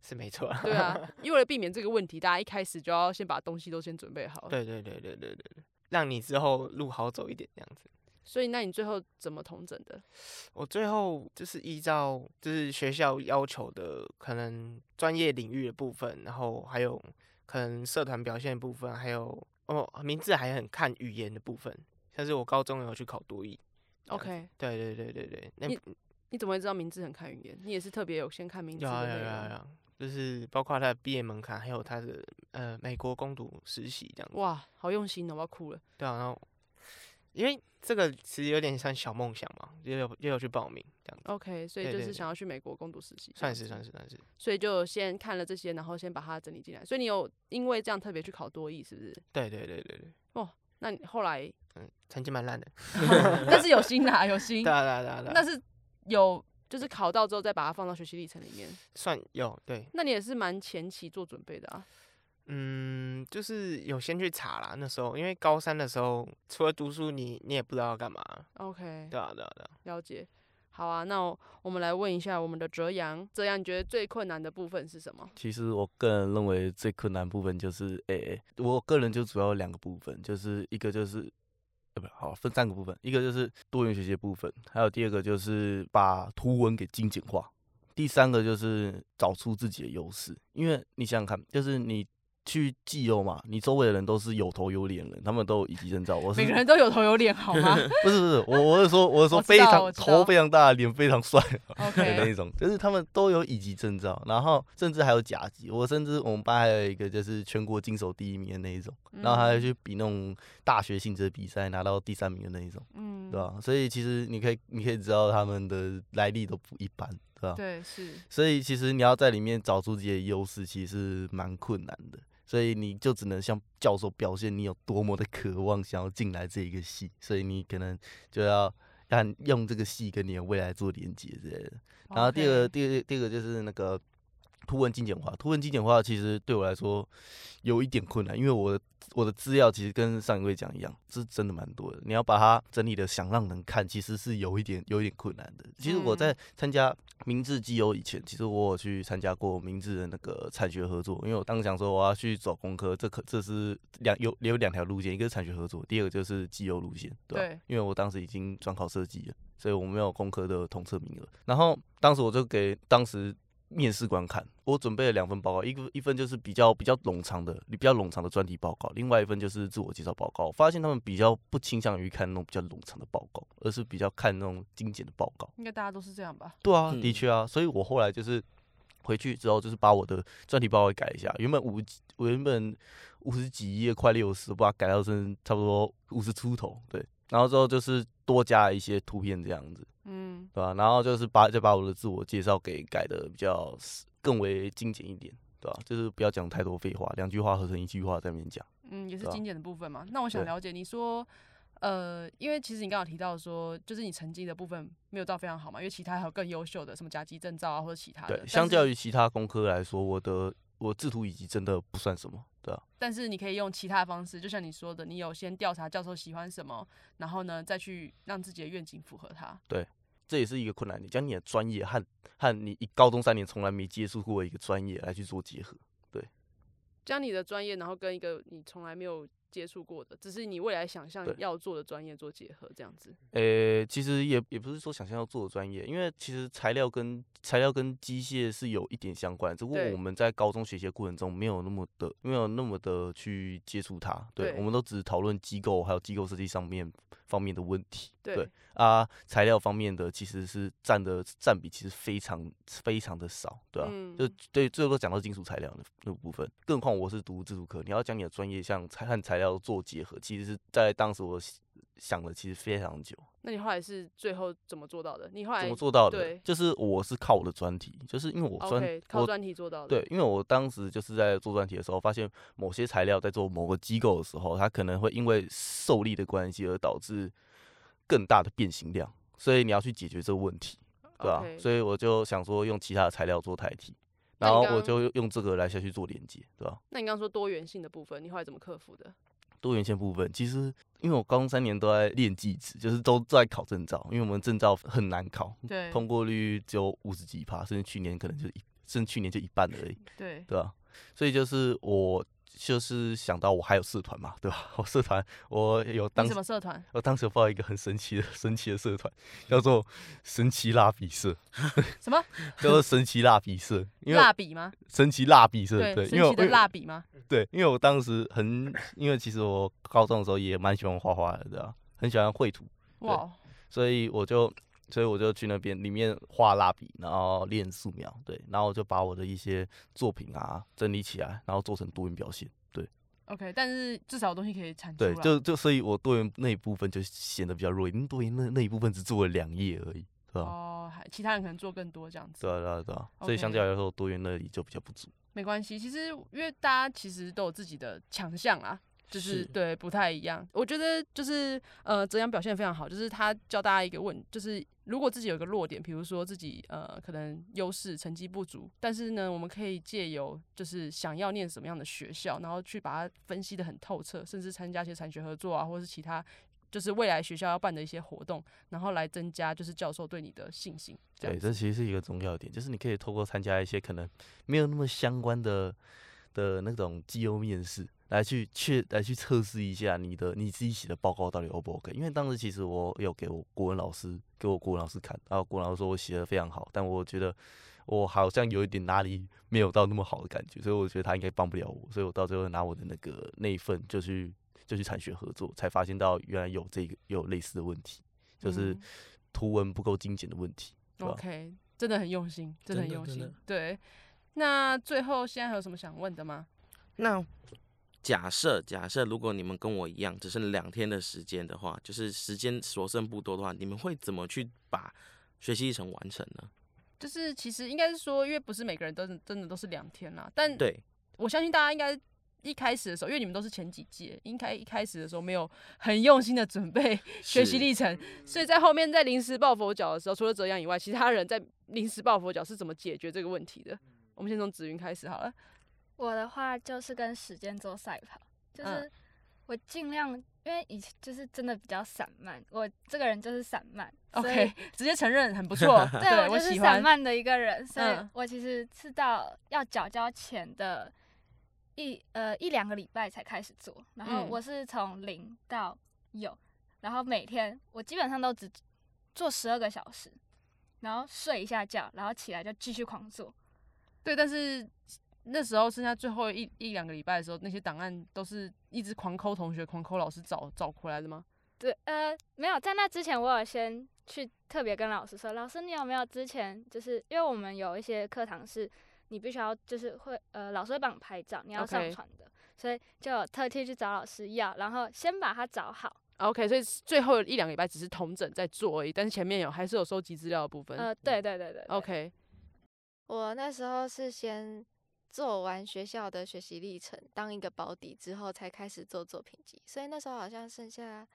Speaker 5: 是没错啊。
Speaker 1: 对啊， 因为为了避免这个问题，大家一开始就要先把东西都先准备好。，
Speaker 5: 对对对对对对对，让你之后路好走一点这样子。
Speaker 1: 所以那你最后怎么同整的？
Speaker 5: 我最后就是依照就是学校要求的，可能专业领域的部分，然后还有可能社团表现的部分，还有哦名字还很看语言的部分，像是我高中有去考多译。这样子
Speaker 1: OK
Speaker 5: 对对对对对，那
Speaker 1: 你你怎么会知道名字很看语言？你也是特别有先看名字
Speaker 5: 有啊
Speaker 1: 的
Speaker 5: 有啊
Speaker 1: 内
Speaker 5: 有啊有
Speaker 1: 容。
Speaker 5: 啊，就是包括他的毕业门槛，还有他的呃美国攻读实习这样子。
Speaker 1: 哇，好用心哦，我要哭了。
Speaker 5: 对啊，然后因为这个其实有点像小梦想嘛，也有也有去报名这样子，
Speaker 1: OK，所以
Speaker 5: 对
Speaker 1: 就
Speaker 5: 对
Speaker 1: 是
Speaker 5: 对
Speaker 1: 想要去美国攻读实习，
Speaker 5: 算是算
Speaker 1: 是。
Speaker 5: 是算是。
Speaker 1: 所以就先看了这些，然后先把它整理进来。所以你有因为这样特别去考多艺，是不是？
Speaker 5: 对对对对对，
Speaker 1: 那你后来，
Speaker 5: 嗯，成绩蛮烂的。
Speaker 1: 但是有心啦，有心
Speaker 5: 对。啊对啊对啊对啊，
Speaker 1: 那是有，就是考到之后再把它放到学习历程里面。
Speaker 5: 算有对，
Speaker 1: 那你也是蛮前期做准备的啊。
Speaker 5: 嗯，就是有先去查啦。那时候因为高三的时候，除了读书你，你也不知道要干嘛。
Speaker 1: OK，
Speaker 5: 对啊对啊对啊，
Speaker 1: 了解。好啊，那我我们来问一下我们的哲阳，哲阳你觉得最困难的部分是什么？
Speaker 6: 其实我个人认为最困难部分就是，诶、我个人就主要有两个部分，就是一个就是，呃，不好，分三个部分，一个就是多元学习的部分，还有第二个就是把图文给精简化，第三个就是找出自己的优势，因为你想想看，就是你。去绩优嘛，你周围的人都是有头有脸的人，他们都有一级证照。我是
Speaker 1: 每个人都有头有脸，好吗
Speaker 6: 不是不是，我我是说我是说
Speaker 1: 我知
Speaker 6: 非
Speaker 1: 道
Speaker 6: 常
Speaker 1: 我知
Speaker 6: 头
Speaker 1: 道
Speaker 6: 非常大，脸非常帅，的那
Speaker 1: ？OK，
Speaker 6: 一种，就是他们都有乙级证照，然后甚至还有甲级。我甚至我们班还有一个就是全国金手第一名的那一种， 然后还
Speaker 1: 嗯
Speaker 6: 要去比那种大学性质的比赛拿到第三名的那一种，
Speaker 1: 嗯
Speaker 6: 对啊吧、所以其实你可以你可以知道他们的来历都不一般，对吧、
Speaker 1: 对，是
Speaker 6: 所以其实你要在里面找出自己的优势，其实是蛮困难的。所以你就只能向教授表现你有多么的渴望想要进来这一个系，所以你可能就要让用这个系跟你的未来做连接之类的。然后第二个，
Speaker 1: OK
Speaker 6: 第二个第二个就是那个图文精简化。图文精简化其实对我来说有一点困难，因为我的我的资料其实跟上一位讲一样，是真的蛮多的。你要把它整理的想让人看，其实是有一点有一点困难的。其实我在参加明治基友以前，其实我有去参加过明治的那个产学合作，因为我当时想说我要去走工科，这可这是两有有两条路线，一个是产学合作，第二个就是基友路线，对吧？啊
Speaker 1: 对
Speaker 6: 因为我当时已经转考设计了。所以我没有工科的统测名额。然后当时我就给当时面试官看，我准备了两份报告，一个一份就是比较比较冗长的、比较冗长的专题报告，另外一份就是自我介绍报告。我发现他们比较不倾向于看那种比较冗长的报告，而是比较看那种精简的报告。
Speaker 1: 应该大家都是这样吧？
Speaker 6: 对啊，的
Speaker 2: 嗯
Speaker 6: 确啊，所以我后来就是回去之后，就是把我的专题报告改一下，原本五几我原本五十几页，快六十，把它改到剩差不多五十出头，对。然后之后就是多加了一些图片这样子，
Speaker 1: 嗯，
Speaker 6: 对吧、然后就是把再把我的自我介绍给改的比较 s- 更为精简一点，对吧、就是不要讲太多废话，两句话合成一句话在那边讲。
Speaker 1: 嗯，也是
Speaker 6: 对啊
Speaker 1: 经典的部分嘛。那我想
Speaker 6: 对
Speaker 1: 了解，你说，呃，因为其实你刚刚有提到说，就是你成绩的部分没有到非常好嘛，因为其他还有更优秀的，什么甲级证照啊，或者其他的。
Speaker 6: 对，
Speaker 1: 但
Speaker 6: 相
Speaker 1: 是
Speaker 6: 较于其他工科来说，我的我制图以及真的不算什么，对啊，
Speaker 1: 但是你可以用其他的方式，就像你说的，你有先调查教授喜欢什么，然后呢，再去让自己的愿景符合他。
Speaker 6: 这也是一个困难点，将你的专业和和你一高中三年从来没接触过的一个专业来去做结合。
Speaker 1: 将你的专业，然后跟一个你从来没有接触过的，只是你未来想象
Speaker 6: 对
Speaker 1: 要做的专业做结合，这样子。
Speaker 6: 呃，其实也也不是说想象要做的专业，因为其实材料跟材料跟机械是有一点相关，只不过
Speaker 1: 对
Speaker 6: 我们在高中学习的过程中没有那么的没有那么的去接触它，对，
Speaker 1: 对
Speaker 6: 我们都只讨论机构还有机构设计上面方面的问题，
Speaker 1: 对
Speaker 6: 啊，材料方面的其实是占的占比其实非常非常的少，对啊，
Speaker 1: 嗯
Speaker 6: 就对，最后都讲到金属材料那那部分，更何况我是读制图科，你要将你的专业像材和材料做结合，其实是在当时我想的其实非常久。
Speaker 1: 那你后来是最后怎么做到的？你后来
Speaker 6: 怎么做到的
Speaker 1: 对？
Speaker 6: 就是我是靠我的专题，就是因为我专
Speaker 1: OK，靠
Speaker 6: 我
Speaker 1: 专题做到的。
Speaker 6: 对，因为我当时就是在做专题的时候，发现某些材料在做某个机构的时候，它可能会因为受力的关系而导致更大的变形量，所以你要去解决这个问题，对吧、
Speaker 1: OK
Speaker 6: 所以我就想说用其他的材料做代替，
Speaker 1: 那
Speaker 6: 然
Speaker 1: 你
Speaker 6: 后
Speaker 1: 刚
Speaker 6: 我就用这个来下去做连接，对吧、
Speaker 1: 那你刚刚说多元性的部分，你后来怎么克服的？
Speaker 6: 多元线部分，其实因为我高中三年都在练技职，就是都在考证照，因为我们证照很难考，
Speaker 1: 对
Speaker 6: 通过率只有五十几趴，甚至去年可能就一，甚至去年就一半而已，
Speaker 1: 对，
Speaker 6: 对吧、啊所以就是我就是想到我还有社团嘛，对吧、 我社团我有当
Speaker 1: 你什么社团？
Speaker 6: 我当时报一个很神奇的神奇的 社团，叫做神奇蜡笔社，
Speaker 1: 什么
Speaker 6: 叫做神奇蜡笔社， 因为
Speaker 1: 蜡笔吗？
Speaker 6: 神奇蜡笔社，
Speaker 1: 对，
Speaker 6: 对，因为
Speaker 1: 神
Speaker 6: 我
Speaker 1: 奇的
Speaker 6: 因为
Speaker 1: 蜡笔吗？
Speaker 6: 对，因为我当时很，因为其实我高中的时候也蛮喜欢画画的，对啊，很喜欢绘图，对
Speaker 1: 哇，哦
Speaker 6: 所以我就，所以我就去那边里面画蜡笔，然后练素描，对，然后我就把我的一些作品啊整理起来，然后做成多元表现，对
Speaker 1: OK，但是至少有东西可以产出
Speaker 6: 对，
Speaker 1: 啦
Speaker 6: 就就所以我多元那一部分就显得比较弱，因为多元那那一部分只做了两页而已，对吧、
Speaker 1: 哦，还其他人可能做更多这样子。
Speaker 6: 对啊，对啊，对啊，所以相
Speaker 1: OK
Speaker 6: 较来说，多元那里就比较不足。
Speaker 1: 没关系，其实因为大家其实都有自己的强项啊，就是
Speaker 2: 是
Speaker 1: 对不太一样。我觉得就是呃，泽阳表现得非常好，就是他教大家一个问，就是如果自己有一个弱点，比如说自己呃可能优势成绩不足，但是呢，我们可以借由就是想要念什么样的学校，然后去把它分析的很透彻，甚至参加一些产学合作啊，或是其他。就是未来学校要办的一些活动，然后来增加就是教授对你的信心。这
Speaker 6: 对，
Speaker 1: 样
Speaker 6: 这
Speaker 1: 子，
Speaker 6: 其实是一个重要点，就是你可以透过参加一些可能没有那么相关的的那种绩优面试，来去确来去测试一下你的你自己写的报告到底 O 不 OK。因为当时其实我有给我国文老师给我国文老师看，然后国文老师说我写的非常好，但我觉得我好像有一点哪里没有到那么好的感觉，所以我觉得他应该帮不了我，所以我到最后拿我的那个那一份就去就去产学合作，才发现到原来有这个有类似的问题，就是
Speaker 1: 嗯
Speaker 6: 图文不够精简的问题。对吧
Speaker 1: OK，真的很用心，真的很
Speaker 2: 真的
Speaker 1: 用
Speaker 2: 真
Speaker 1: 心
Speaker 2: 的。
Speaker 1: 对，那最后现在还有什么想问的吗？
Speaker 2: 那假设假设，如果你们跟我一样只剩两天的时间的话，就是时间所剩不多的话，你们会怎么去把学习历程完成呢？
Speaker 1: 就是其实应该是说，因为不是每个人都是真的都是两天啦，但
Speaker 2: 对，
Speaker 1: 我相信大家应该一开始的时候，因为你们都是前几届，应该一开始的时候没有很用心的准 备学习
Speaker 2: 是
Speaker 1: 历程，所以在后面在临时抱佛脚的时候，除了哲阳以外，其他人在临时抱佛脚是怎么解决这个问题的？我们先从紫云开始好了。
Speaker 3: 我的话就是跟时间做赛跑，就
Speaker 1: 嗯
Speaker 3: 是我尽量，因为以前就是真的比较散漫，我这个人就是散漫所以
Speaker 1: OK，直接承认很不错， 对
Speaker 3: 我就是
Speaker 1: 喜
Speaker 3: 散
Speaker 1: 欢。
Speaker 3: 漫的一个人，所以
Speaker 1: 嗯
Speaker 3: 我其实是到要缴交钱的一呃一两个礼拜才开始做，然后
Speaker 1: 嗯
Speaker 3: 我是从零到有，然后每天我基本上都只做十二个小时，然后睡一下觉，然后起来就继续狂做。
Speaker 1: 对，但是那时候剩下最后一一两个礼拜的时候，那些档案都是一直狂抠同学、狂抠老师找找回来的吗？
Speaker 3: 对，呃，没有，在那之前我有先去特别跟老师说，老师你有没有之前就是因为我们有一些课堂是你必须要就是会呃老师会帮你拍照，你要上
Speaker 1: OK
Speaker 3: 传的所以就有特地去找老师要，然后先把它找好。
Speaker 1: OK，所以最后一两个礼拜只是同整在做而已，但是前面有还是有收集资料的部分。嗯
Speaker 3: 呃，对对对对对
Speaker 1: OK，
Speaker 4: 我那时候是先做完学校的学习历程，当一个保底之后，才开始做作品集，所以那时候好像剩下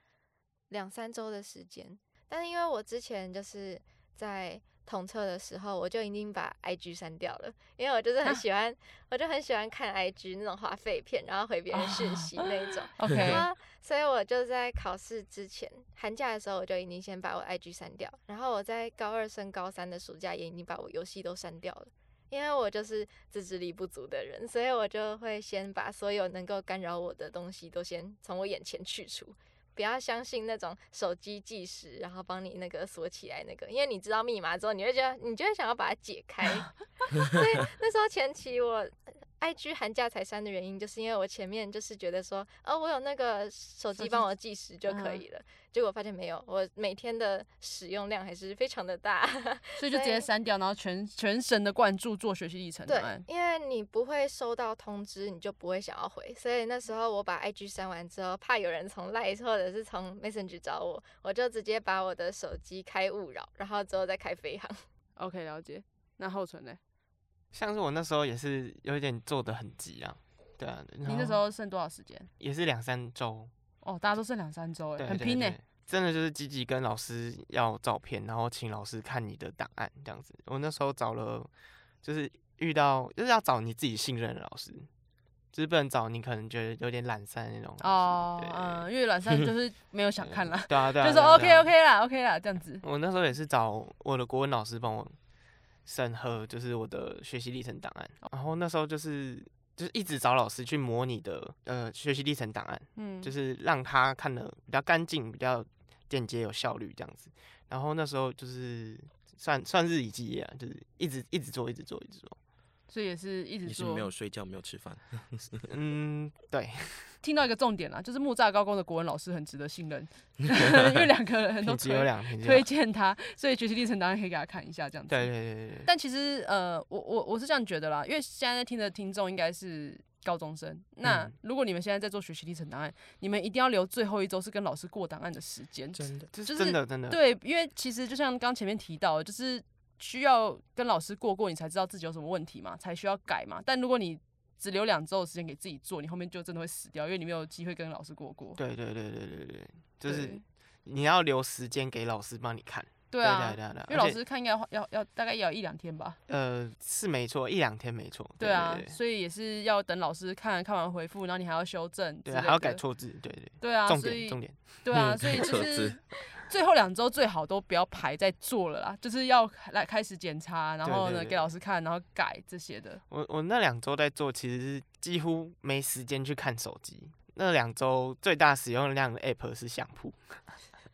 Speaker 4: 两三周的时间。但是因为我之前就是在统测的时候，我就已经把 IG 删掉了，因为我就是很喜欢，我就很喜欢看 IG 那种花废片，然后回别人讯息那一种。
Speaker 1: OK，
Speaker 4: 啊，所以我就在考试之前，寒假的时候我就已经先把我 IG 删掉，然后我在高二升高三的暑假也已经把我游戏都删掉了，因为我就是自制力不足的人，所以我就会先把所有能够干扰我的东西都先从我眼前去除。不要相信那种手机计时，然后帮你那个锁起来那个，因为你知道密码之后，你会觉得你就会想要把它解开。所以那时候前期我 IG 寒假才删的原因，就是因为我前面就是觉得说，哦，我有那个手
Speaker 1: 手
Speaker 4: 机
Speaker 1: 机
Speaker 4: 帮我计时就可
Speaker 1: 嗯
Speaker 4: 以了，结果发现没有，我每天的使用量还是非常的大。
Speaker 1: 所以就直接删掉，然后全全神的灌注做学习历程档
Speaker 4: 对
Speaker 1: 案，。
Speaker 4: 因为你不会收到通知，你就不会想要回。所以那时候我把 IG 删完之后，怕有人从 Line 或者是从 Messenger 找我，我就直接把我的手机开勿扰，然后之后再开飞行。
Speaker 1: OK，了解。那后存呢？
Speaker 5: 像是我那时候也是有一点做的很急啊，对啊，你
Speaker 1: 你那时候剩多少时间？
Speaker 5: 也是两三周，
Speaker 1: 哦，大家都剩两三周，哎，
Speaker 5: 对，
Speaker 1: 很
Speaker 5: 对
Speaker 1: 拼呢
Speaker 5: 对。真的就是积极跟老师要照片，然后请老师看你的档案这样子。我那时候找了，就是遇到就是要找你自己信任的老师，就是不能找你可能觉得有点懒散的那种老
Speaker 1: 哦
Speaker 5: 师。，
Speaker 1: 嗯，因为软散就是没有想看啦
Speaker 5: 对，对啊，对 啊，
Speaker 1: 就
Speaker 5: 对
Speaker 1: 说
Speaker 5: 啊对
Speaker 1: OK
Speaker 5: 啊
Speaker 1: OK 啦，OK 啦，这样子。
Speaker 5: 我那时候也是找我的国文老师帮我审核，就是我的学习历程档案。然后那时候就是就是一直找老师去模拟的呃学习历程档案，
Speaker 1: 嗯，
Speaker 5: 就是让他看的比较干净、比较简洁、有效率这样子。然后那时候就是算算日以继夜啊，就是一直一直做，一直做，一 直做。
Speaker 1: 所以也是一直
Speaker 2: 你是
Speaker 1: 做
Speaker 2: 没。有睡觉，没有吃饭，
Speaker 5: 嗯，对，
Speaker 1: 听到一个重点啦，就是木栅高工的国文老师很值得信 任， 因为两个人都
Speaker 5: 品质有
Speaker 1: 推
Speaker 5: 两，品质有
Speaker 1: 推
Speaker 5: 两。
Speaker 1: 荐他，所以学习历程档案可以给他看一下，这样子。
Speaker 5: 对对对对对，
Speaker 1: 但其实呃，我我我是这样觉得啦，因为现在在听的听众应该是高中生。那
Speaker 5: 嗯
Speaker 1: 如果你们现在在做学习历程档案，你们一定要留最后一周是跟老师过档案的时间。
Speaker 2: 真的。
Speaker 5: 这
Speaker 1: 就是
Speaker 5: 真的真 的。
Speaker 1: 对，因为其实就像刚前面提到的，就是需要跟老师过过，你才知道自己有什么问题嘛，才需要改嘛。但如果你只留两周的时间给自己做，你后面就真的会死掉，因为你没有机会跟老师过过。
Speaker 5: 对对对对对对，就
Speaker 1: 对
Speaker 5: 是你要留时间给老师帮你看，
Speaker 1: 对
Speaker 5: 对啊
Speaker 1: 啊，
Speaker 5: 对啊对啊，
Speaker 1: 因为
Speaker 5: 而
Speaker 1: 老
Speaker 5: 且
Speaker 1: 师看应该要要要大概也要一两天吧。
Speaker 5: 呃是没错，一两天没错，
Speaker 1: 对啊，
Speaker 5: 对
Speaker 1: 所以也是要等老师看看完回复，然后你还要修正，
Speaker 5: 对对啊还要改。错字，对对，
Speaker 1: 对啊，
Speaker 5: 重
Speaker 1: 所
Speaker 5: 点
Speaker 1: 以
Speaker 5: 重点，
Speaker 1: 对啊，
Speaker 2: 嗯
Speaker 1: 所以
Speaker 2: 改
Speaker 1: 就
Speaker 2: 错
Speaker 1: 是
Speaker 2: 字
Speaker 1: 最后两周最好都不要排在做了啦，就是要来开始检查，然
Speaker 5: 对
Speaker 1: 后
Speaker 5: 对
Speaker 1: 呢
Speaker 5: 对
Speaker 1: 给老师看，然后改这些的。
Speaker 5: 我我那两周在做，其实是几乎没时间去看手机。那两周最大使用量的 app 是相扑，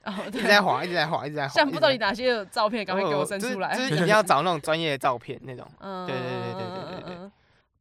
Speaker 1: 哦，
Speaker 5: 一直
Speaker 1: 对，
Speaker 5: 在滑，一直在滑，一直在滑。
Speaker 1: 相扑到底
Speaker 5: 一直在
Speaker 1: 哪些有照片，赶快给我
Speaker 5: 哦
Speaker 1: 生
Speaker 5: 就是
Speaker 1: 出来。
Speaker 5: 就是一定要找那种专业的照片那种。
Speaker 1: 嗯，
Speaker 5: 对对对对对对
Speaker 1: 嗯
Speaker 5: 对
Speaker 1: 嗯嗯嗯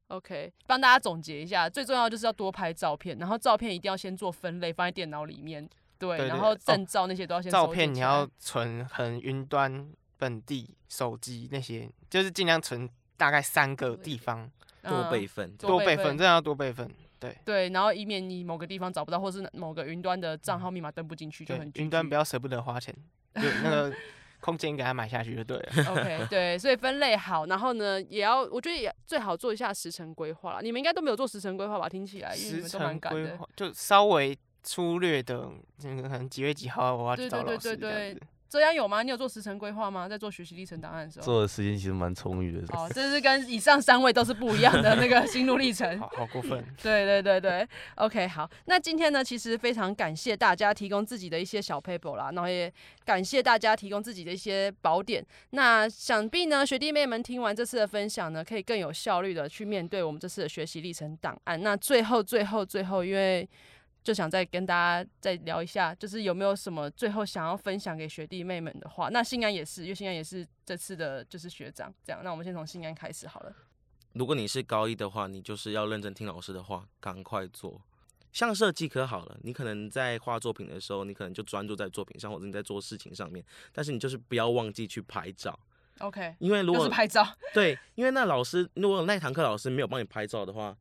Speaker 1: OK，帮大家总结一下，最重要就是要多拍照片，然后照片一定要先做分类，放在电脑里面。对，
Speaker 5: 对对
Speaker 1: 然后
Speaker 5: 哦
Speaker 1: 证照那些都要 先收
Speaker 5: 照
Speaker 1: 集
Speaker 5: 片你
Speaker 1: 起来
Speaker 5: 要存很云端、本地、手机那些，就是尽量存大概三个地方，
Speaker 2: 多备
Speaker 1: 嗯
Speaker 2: 份，
Speaker 1: 多
Speaker 5: 多
Speaker 1: 备
Speaker 5: 备
Speaker 1: 份
Speaker 5: 份，真的要多备份。对
Speaker 1: 对，然后以免你某个地方找不到，或是某个云端的账号密码登不进去，就
Speaker 5: 嗯对
Speaker 1: 很，
Speaker 5: 云端不
Speaker 1: 要。
Speaker 5: 要舍不得 花钱，就那个空间给它买下去就对了。
Speaker 1: OK，对，所以分类好，然后呢，也要我觉得也最好做一下时程规划啦。你们应该都没有做时程规划吧？听起啊 来，因为你
Speaker 5: 时
Speaker 1: 们都蛮
Speaker 5: 程
Speaker 1: 赶
Speaker 5: 规
Speaker 1: 的。
Speaker 5: 划就稍微粗略的，那个可能几月几号我要
Speaker 1: 对
Speaker 5: 去
Speaker 1: 对
Speaker 5: 找老
Speaker 1: 对
Speaker 5: 师
Speaker 1: 对
Speaker 5: 这
Speaker 1: 对
Speaker 5: 样子。
Speaker 1: 这样有吗？你有做时程规划吗？在做学习历程档案的时候？
Speaker 6: 做的时间其实蛮充裕的。
Speaker 1: 哦，这是跟以上三位都是不一样的那个心路历程
Speaker 5: 好。好过分。
Speaker 1: 对对对对，OK，好，那今天呢，其实非常感谢大家提供自己的一些小 paper 啦，然后也感谢大家提供自己的一些宝典。那想必呢，学弟妹们听完这次的分享呢，可以更有效率的去面对我们这次的学习历程档案。那最后最后最后，因为就想再跟大家再聊一下，就是有没有什么最后想要分享给学弟妹们的话？那信安也是，因为信安也是这次的就是学长，这样，那我们先从信安开始好了。
Speaker 2: 如果你是高一的话，你就是要认真听老师的话，赶快做。像设计科好了，你可能在画作品的时候，你可能就专注在作品上，或者你在做事情上面，但是你就是不要忘记去拍照，
Speaker 1: OK，
Speaker 2: 因为如
Speaker 1: 又
Speaker 2: 果
Speaker 1: 是拍照，
Speaker 2: 对，因为那老师如果那堂课老师没有帮你拍照的话，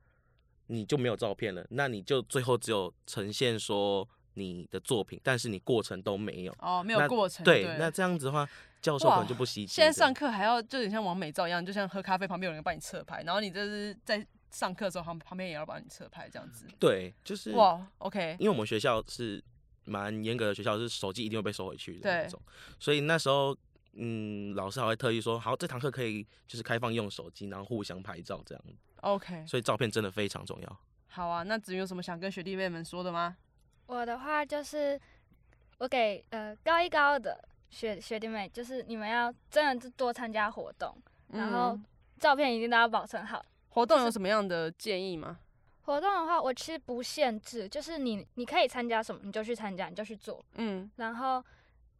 Speaker 2: 你就没有照片了，那你就最后只有呈现说你的作品，但是你过程都没有。
Speaker 1: 哦，没有
Speaker 2: 那
Speaker 1: 过程就
Speaker 2: 对
Speaker 1: 对了，，
Speaker 2: 那这样子的话，教授可
Speaker 1: 哇
Speaker 2: 能就不稀奇
Speaker 1: 现
Speaker 2: 了。
Speaker 1: 在上课还要就有点像往美照一样，就像喝咖啡旁边有人帮你侧拍，然后你这是在上课的时候旁旁边也要帮你侧拍这样子。
Speaker 2: 对，就是
Speaker 1: 哇，OK，
Speaker 2: 因为我们学校是蛮严格的学校，是手机一定会被收回去的那
Speaker 1: 对
Speaker 2: 种，所以那时候。嗯，老师还会特意说，好，这堂课可以就是开放用手机，然后互相拍照这样，
Speaker 1: OK，
Speaker 2: 所以照片真的非常重要。
Speaker 1: 好啊，那子瑜有什么想跟学弟妹们说的吗？
Speaker 3: 我的话就是，我给呃高一高二的学学弟妹，就是你们要真的是多参加活动，然后
Speaker 1: 嗯
Speaker 3: 照片一定都要保存好。
Speaker 1: 活动有什么样的建议吗？
Speaker 3: 活动的话，我其实不限制，就是你你可以参加什么你就去参加，你就去做，
Speaker 1: 嗯，
Speaker 3: 然后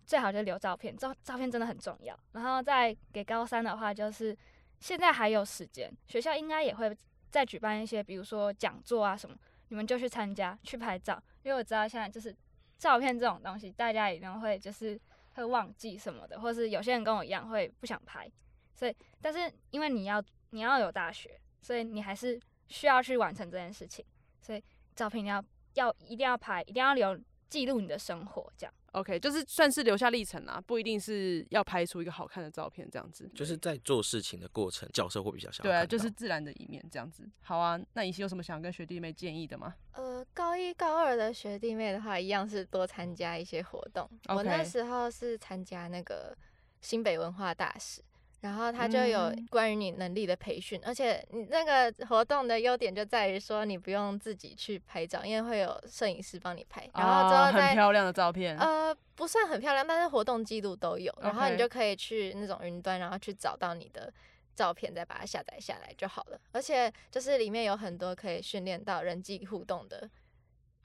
Speaker 3: 最好就留照片，照照片真的很重要。然后再给高三的话，就是现在还有时间，学校应该也会再举办一些，比如说讲座啊什么，你们就去参加去拍照，因为我知道现在就是照片这种东西，大家一定会就是会忘记什么的，或是有些人跟我一样会不想拍，所以但是因为你要你要有大学，所以你还是需要去完成这件事情，所以照片一定要要一定要拍，一定要留记录你的生活这样。
Speaker 1: OK，就是算是留下历程啦，不一定是要拍出一个好看的照片这样子。
Speaker 2: 就是在做事情的过程，教授会比较想要
Speaker 1: 对啊，
Speaker 2: 看
Speaker 1: 就
Speaker 2: 到
Speaker 1: 是自然的一面这样子。好啊，那你有什么想跟学弟妹建议的吗？
Speaker 4: 呃，高一高二的学弟妹的话，一样是多参加一些活动。我
Speaker 1: OK
Speaker 4: 那时候是参加那个新北文化大使，然后他就有
Speaker 1: 嗯
Speaker 4: 关于你能力的培训，而且你那个活动的优点就在于说你不用自己去拍照，因为会有摄影师帮你拍，然后之
Speaker 1: 啊
Speaker 4: 后
Speaker 1: 很
Speaker 4: 再、
Speaker 1: 漂亮的照片，
Speaker 4: 呃，不算很漂亮，但是活动记录都有，然后
Speaker 1: OK
Speaker 4: 你就可以去那种云端，然后去找到你的照片，再把它下载下来就好了。而且就是里面有很多可以训练到人际互动的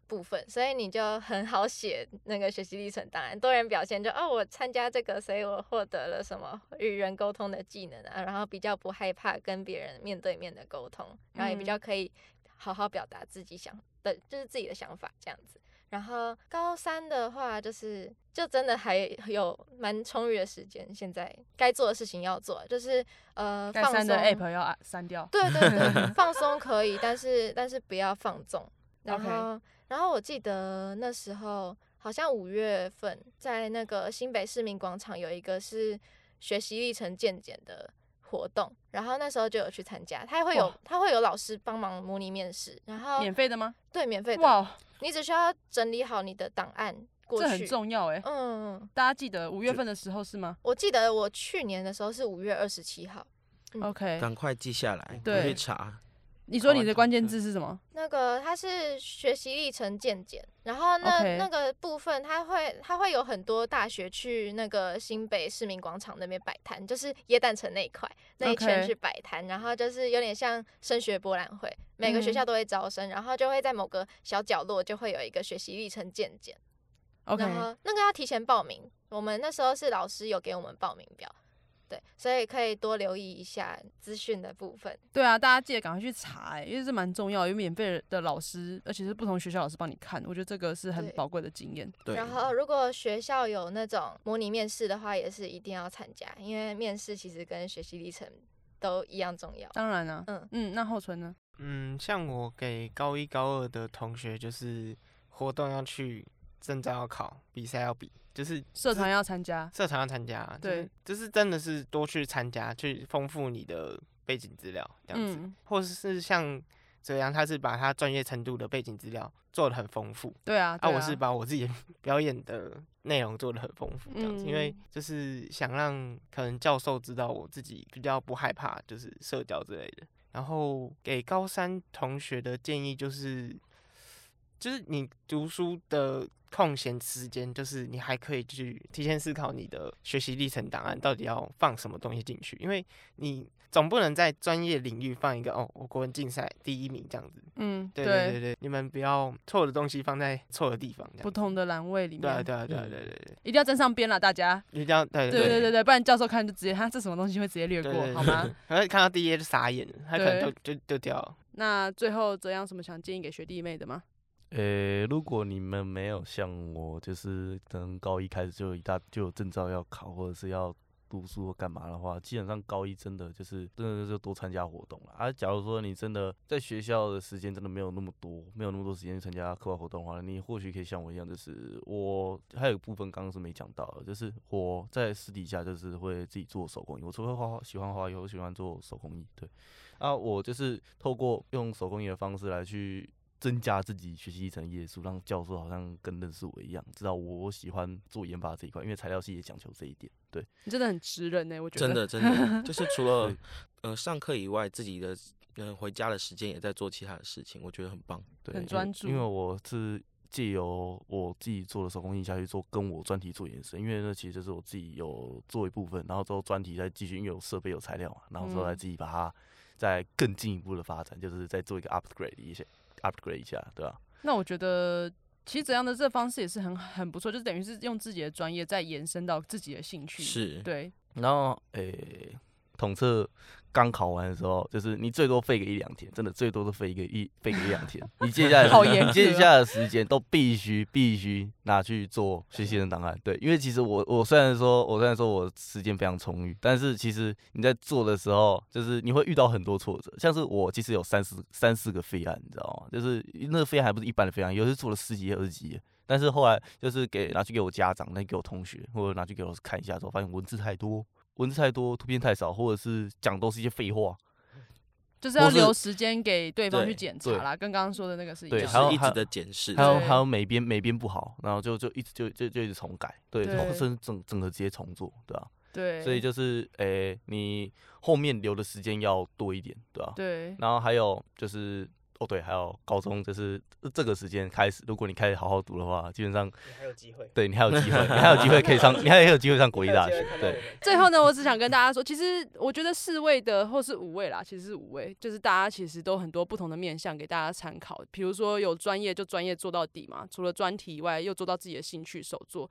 Speaker 4: 部分，所以你就很好写那个学习历程档案，多元表现就哦，我参加这个，所以我获得了什么与人沟通的技能啊，然后比较不害怕跟别人面对面的沟通，然后也
Speaker 1: 嗯
Speaker 4: 比较可以好好表达自己想的，就是自己的想法这样子。然后高三的话，就是就真的还有蛮充裕的时间，现在该做的事情要做，就是呃
Speaker 1: 该
Speaker 4: 放
Speaker 1: 删
Speaker 4: 松
Speaker 1: 的 app 要啊删掉。
Speaker 4: 对对 对，放松可以，但是但是不要放纵。然
Speaker 1: OK
Speaker 4: 后然后我记得那时候好像五月份在那个新北市民广场有一个是学习历程健检的活动，然后那时候就有去参加，他会有
Speaker 1: 哇
Speaker 4: 他会有老师帮忙模拟面试，然后
Speaker 1: 免费的吗？
Speaker 4: 哦对免费的，
Speaker 1: 哇，
Speaker 4: 你只需要整理好你的档案。过
Speaker 1: 这
Speaker 4: 去
Speaker 1: 很重要哎、
Speaker 4: 嗯，嗯
Speaker 1: 大家记得五月份的时候是吗
Speaker 4: 我记得我去年的时候是五月二十七号，嗯
Speaker 1: ？OK，
Speaker 2: 赶快记下来，
Speaker 1: 对
Speaker 2: 回去查。
Speaker 1: 你说你的关键字是什么？
Speaker 4: 那个它是学习历程健检，然后那
Speaker 1: OK
Speaker 4: 那个部分它会它会有很多大学去那个新北市民广场那边摆摊，就是椰蛋城那一块那一
Speaker 1: OK
Speaker 4: 圈去摆摊然后就是有点像升学博览会，每个学
Speaker 1: 嗯
Speaker 4: 校都会招生，然后就会在某个小角落就会有一个学习历程健检
Speaker 1: OK，
Speaker 4: 然后那个要提前报名，我们那时候是老师有给我们报名表，对，所以可以多留意一下资讯的部分。
Speaker 1: 对啊，大家记得赶快去查、欸，因为这蛮重要，有免费的老师，而且是不同学校老师帮你看，我觉得这个是很
Speaker 4: 对
Speaker 1: 宝贵的经验。
Speaker 2: 对，
Speaker 4: 然后，如果学校有那种模拟面试的话，也是一定要参加，因为面试其实跟学习历程都一样重要。
Speaker 1: 当然啊，
Speaker 4: 嗯
Speaker 1: 嗯，那后存呢？
Speaker 5: 嗯，像我给高一高二的同学，就是活动要去，证照要考，比赛要比，就是
Speaker 1: 社团要参加，
Speaker 5: 社团要参加，啊就是
Speaker 1: 对，
Speaker 5: 就是真的是多去参加，去丰富你的背景资料，这样子，
Speaker 1: 嗯，
Speaker 5: 或者是像泽阳，他是把他专业程度的背景资料做的很丰富，
Speaker 1: 对啊，
Speaker 5: 啊，
Speaker 1: 对
Speaker 5: 我是把我自己 表演的内容做的很丰富，这样子，因为
Speaker 1: 嗯
Speaker 5: 就是想让可能教授知道我自己比较不害怕，就是社交之类的。然后给高三同学的建议就是，就是你读书的空闲时间，就是你还可以去提前思考你的学习历程档案到底要放什么东西进去，因为你总不能在专业领域放一个哦，我国文竞赛第一名这样子。
Speaker 1: 嗯，
Speaker 5: 对对对对，你们不要错的东西放在错的地方，这样
Speaker 1: 不
Speaker 5: 子
Speaker 1: 同的栏位里
Speaker 5: 对啊，
Speaker 1: 面，
Speaker 5: 对啊，对啊，
Speaker 2: 嗯
Speaker 5: 对对对，
Speaker 1: 一定要站上边了，大家。
Speaker 5: 一定要对
Speaker 1: 对对
Speaker 5: 对
Speaker 1: 对对，不然教授看就直接，他这什么东西会直接略过，好吗？？
Speaker 5: 然后看到第一页就傻眼了，他可能就就丢掉了。
Speaker 1: 那最后怎样？什么想建议给学弟妹的吗？
Speaker 6: 诶、呃如果你们没有像我，就是可能高一开始就有一大就有证照要考，或者是要读书或干嘛的话，基本上高一真的就是真的就多参加活动了。啊，假如说你真的在学校的时间真的没有那么多，没有那么多时间去参加课外活动的话，你或许可以像我一样，就是我还有一部分刚刚是没讲到的，就是我在私底下就是会自己做手工艺，我除了画喜欢画以后，喜欢做手工艺，对。啊，我就是透过用手工艺的方式来去增加自己学习一层页数，让教授好像更认识我一样，知道我喜欢做研发这一块，因为材料系也讲求这一点。对，
Speaker 1: 你真的很直人欸呢、我觉得
Speaker 2: 真的真的，就是除了
Speaker 6: 对
Speaker 2: 呃上课以外，自己的嗯、呃回家的时间也在做其他的事情，我觉得很棒。
Speaker 6: 对，
Speaker 1: 很
Speaker 6: 因为
Speaker 1: 专注
Speaker 6: 因为我是借由我自己做的手工艺下去做跟我专题做延伸，因为那其实就是我自己有做一部分，然后之后专题再继续，因为有设备有材料嘛，然后之后再
Speaker 1: 嗯
Speaker 6: 自己把它再更进一步的发展，就是再做一个 upgrade 一些 upgrade 一下，对吧、
Speaker 1: 那我觉得，其实怎样的这方式也是很很不错，就是等于是用自己的专业再延伸到自己的兴趣。，
Speaker 2: 是，
Speaker 1: 对，
Speaker 6: 然后诶、统测刚考完的时候，就是你最多废个一两天，真的最多都废一个一废个一两 天。你接下来
Speaker 1: 好严
Speaker 6: 你接
Speaker 1: 格
Speaker 6: 下来的时间都必须必须拿去做学习的档案。对，因为其实我我虽然说我虽然说我时间非常充裕，但是其实你在做的时候，就是你会遇到很多挫折。像是我其实有三四三四个废案，你知道吗？就是那个废案还不是一般的废案，有的是做了十几页、二十几页。但是后来就是给拿去给我家长，那给我同学，或者拿去给老师看一下之后，发现文字太多，文字太多，图片太少，或者是讲都是一些废话。
Speaker 1: 就是要
Speaker 6: 或是
Speaker 1: 留时间给对方
Speaker 2: 对
Speaker 1: 去检查啦，跟刚刚说的那个是一
Speaker 6: 对
Speaker 1: 样
Speaker 2: 还
Speaker 1: 的。
Speaker 2: 有一
Speaker 6: 还
Speaker 2: 直
Speaker 6: 有
Speaker 2: 的检视
Speaker 6: 还，有
Speaker 1: 对
Speaker 6: 还有每边每边不好，然后就就一直就就就一直重改，对，
Speaker 1: 对
Speaker 6: 甚至整整个直接重做，对吧、
Speaker 1: 对，
Speaker 6: 所以就是诶、你后面留的时间要多一点，对吧、
Speaker 1: 对
Speaker 6: 然后还有就是哦对，还有高中就是这个时间开始，如果你开始好好读的话，基本上
Speaker 5: 还有机会，
Speaker 6: 对你还有机会，你还有机会可以上，你还有机会上国立大学，对。
Speaker 1: 最后呢，我只想跟大家说，其实我觉得四位的或是五位啦，其实是五位，就是大家其实都很多不同的面向给大家参考。比如说有专业就专业做到底嘛，除了专题以外，又做到自己的兴趣手作。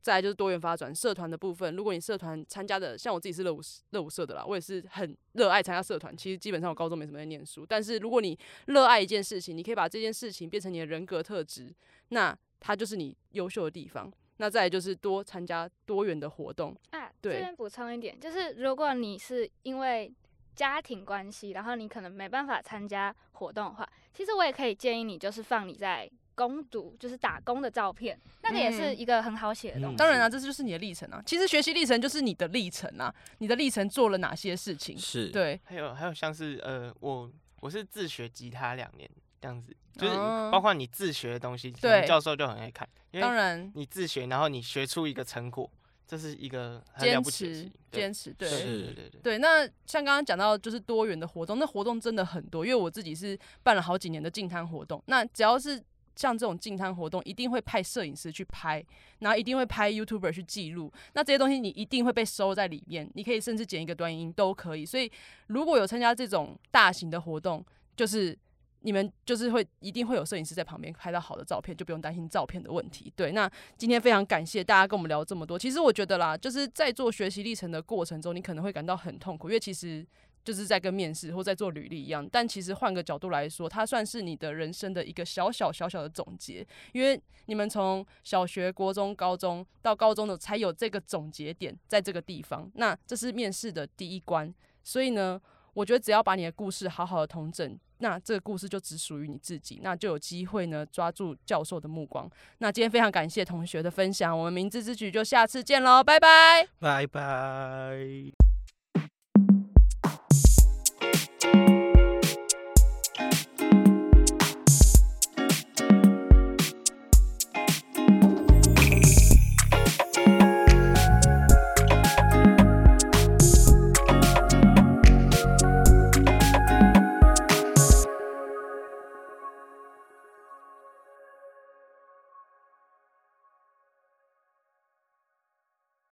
Speaker 1: 再来就是多元发展社团的部分，如果你社团参加的，像我自己是热舞热舞社的啦，我也是很热爱参加社团。其实基本上我高中没什么在念书，但是如果你热爱一件事情，你可以把这件事情变成你的人格特质，那它就是你优秀的地方。那再来就是多参加多元的活动，
Speaker 3: 啊，
Speaker 1: 对
Speaker 3: 这边补充一点，就是如果你是因为家庭关系，然后你可能没办法参加活动的话，其实我也可以建议你，就是放你在工读，就是打工的照片，那个也是
Speaker 1: 嗯
Speaker 3: 一个很好写的东西。
Speaker 1: 当
Speaker 5: 嗯
Speaker 1: 然啦、这就是你的历程啊。其实学习历程就是你的历程啊，你的历程做了哪些事情？
Speaker 2: 是，
Speaker 1: 对，
Speaker 5: 还有还有像是呃，我我是自学吉他两年，这样子，就是
Speaker 1: 哦
Speaker 5: 包括你自学的东西，可能
Speaker 1: 对
Speaker 5: 教授就很爱看，因
Speaker 1: 当
Speaker 5: 为
Speaker 1: 然
Speaker 5: 你自学，然后你学出一个成果，这是一个很了
Speaker 1: 坚
Speaker 5: 不起的事
Speaker 1: 持
Speaker 5: 情，对
Speaker 1: 坚持，
Speaker 5: 对
Speaker 1: 对。
Speaker 2: 是
Speaker 5: 对对对对，
Speaker 1: 对，那像刚刚讲到就是多元的活动，那活动真的很多，因为我自己是办了好几年的净摊活动，那只要是。像这种净摊活动，一定会派摄影师去拍，然后一定会拍 YouTuber 去记录。那这些东西你一定会被收在里面，你可以甚至剪一个短影音都可以。所以如果有参加这种大型的活动，就是你们就是会一定会有摄影师在旁边拍到好的照片，就不用担心照片的问题。对，那今天非常感谢大家跟我们聊这么多。其实我觉得啦，就是在做学习历程的过程中，你可能会感到很痛苦，因为其实就是在跟面试或在做履历一样。但其实换个角度来说，它算是你的人生的一个小小小小的总结，因为你们从小学、国中、高中到高中的才有这个总结点，在这个地方，那这是面试的第一关。所以呢，我觉得只要把你的故事好好的统整。那这个故事就只属于你自己，那就有机会呢抓住教授的目光。那今天非常感谢同学的分享，我们明智之举就下次见喽，拜拜。
Speaker 2: 拜拜。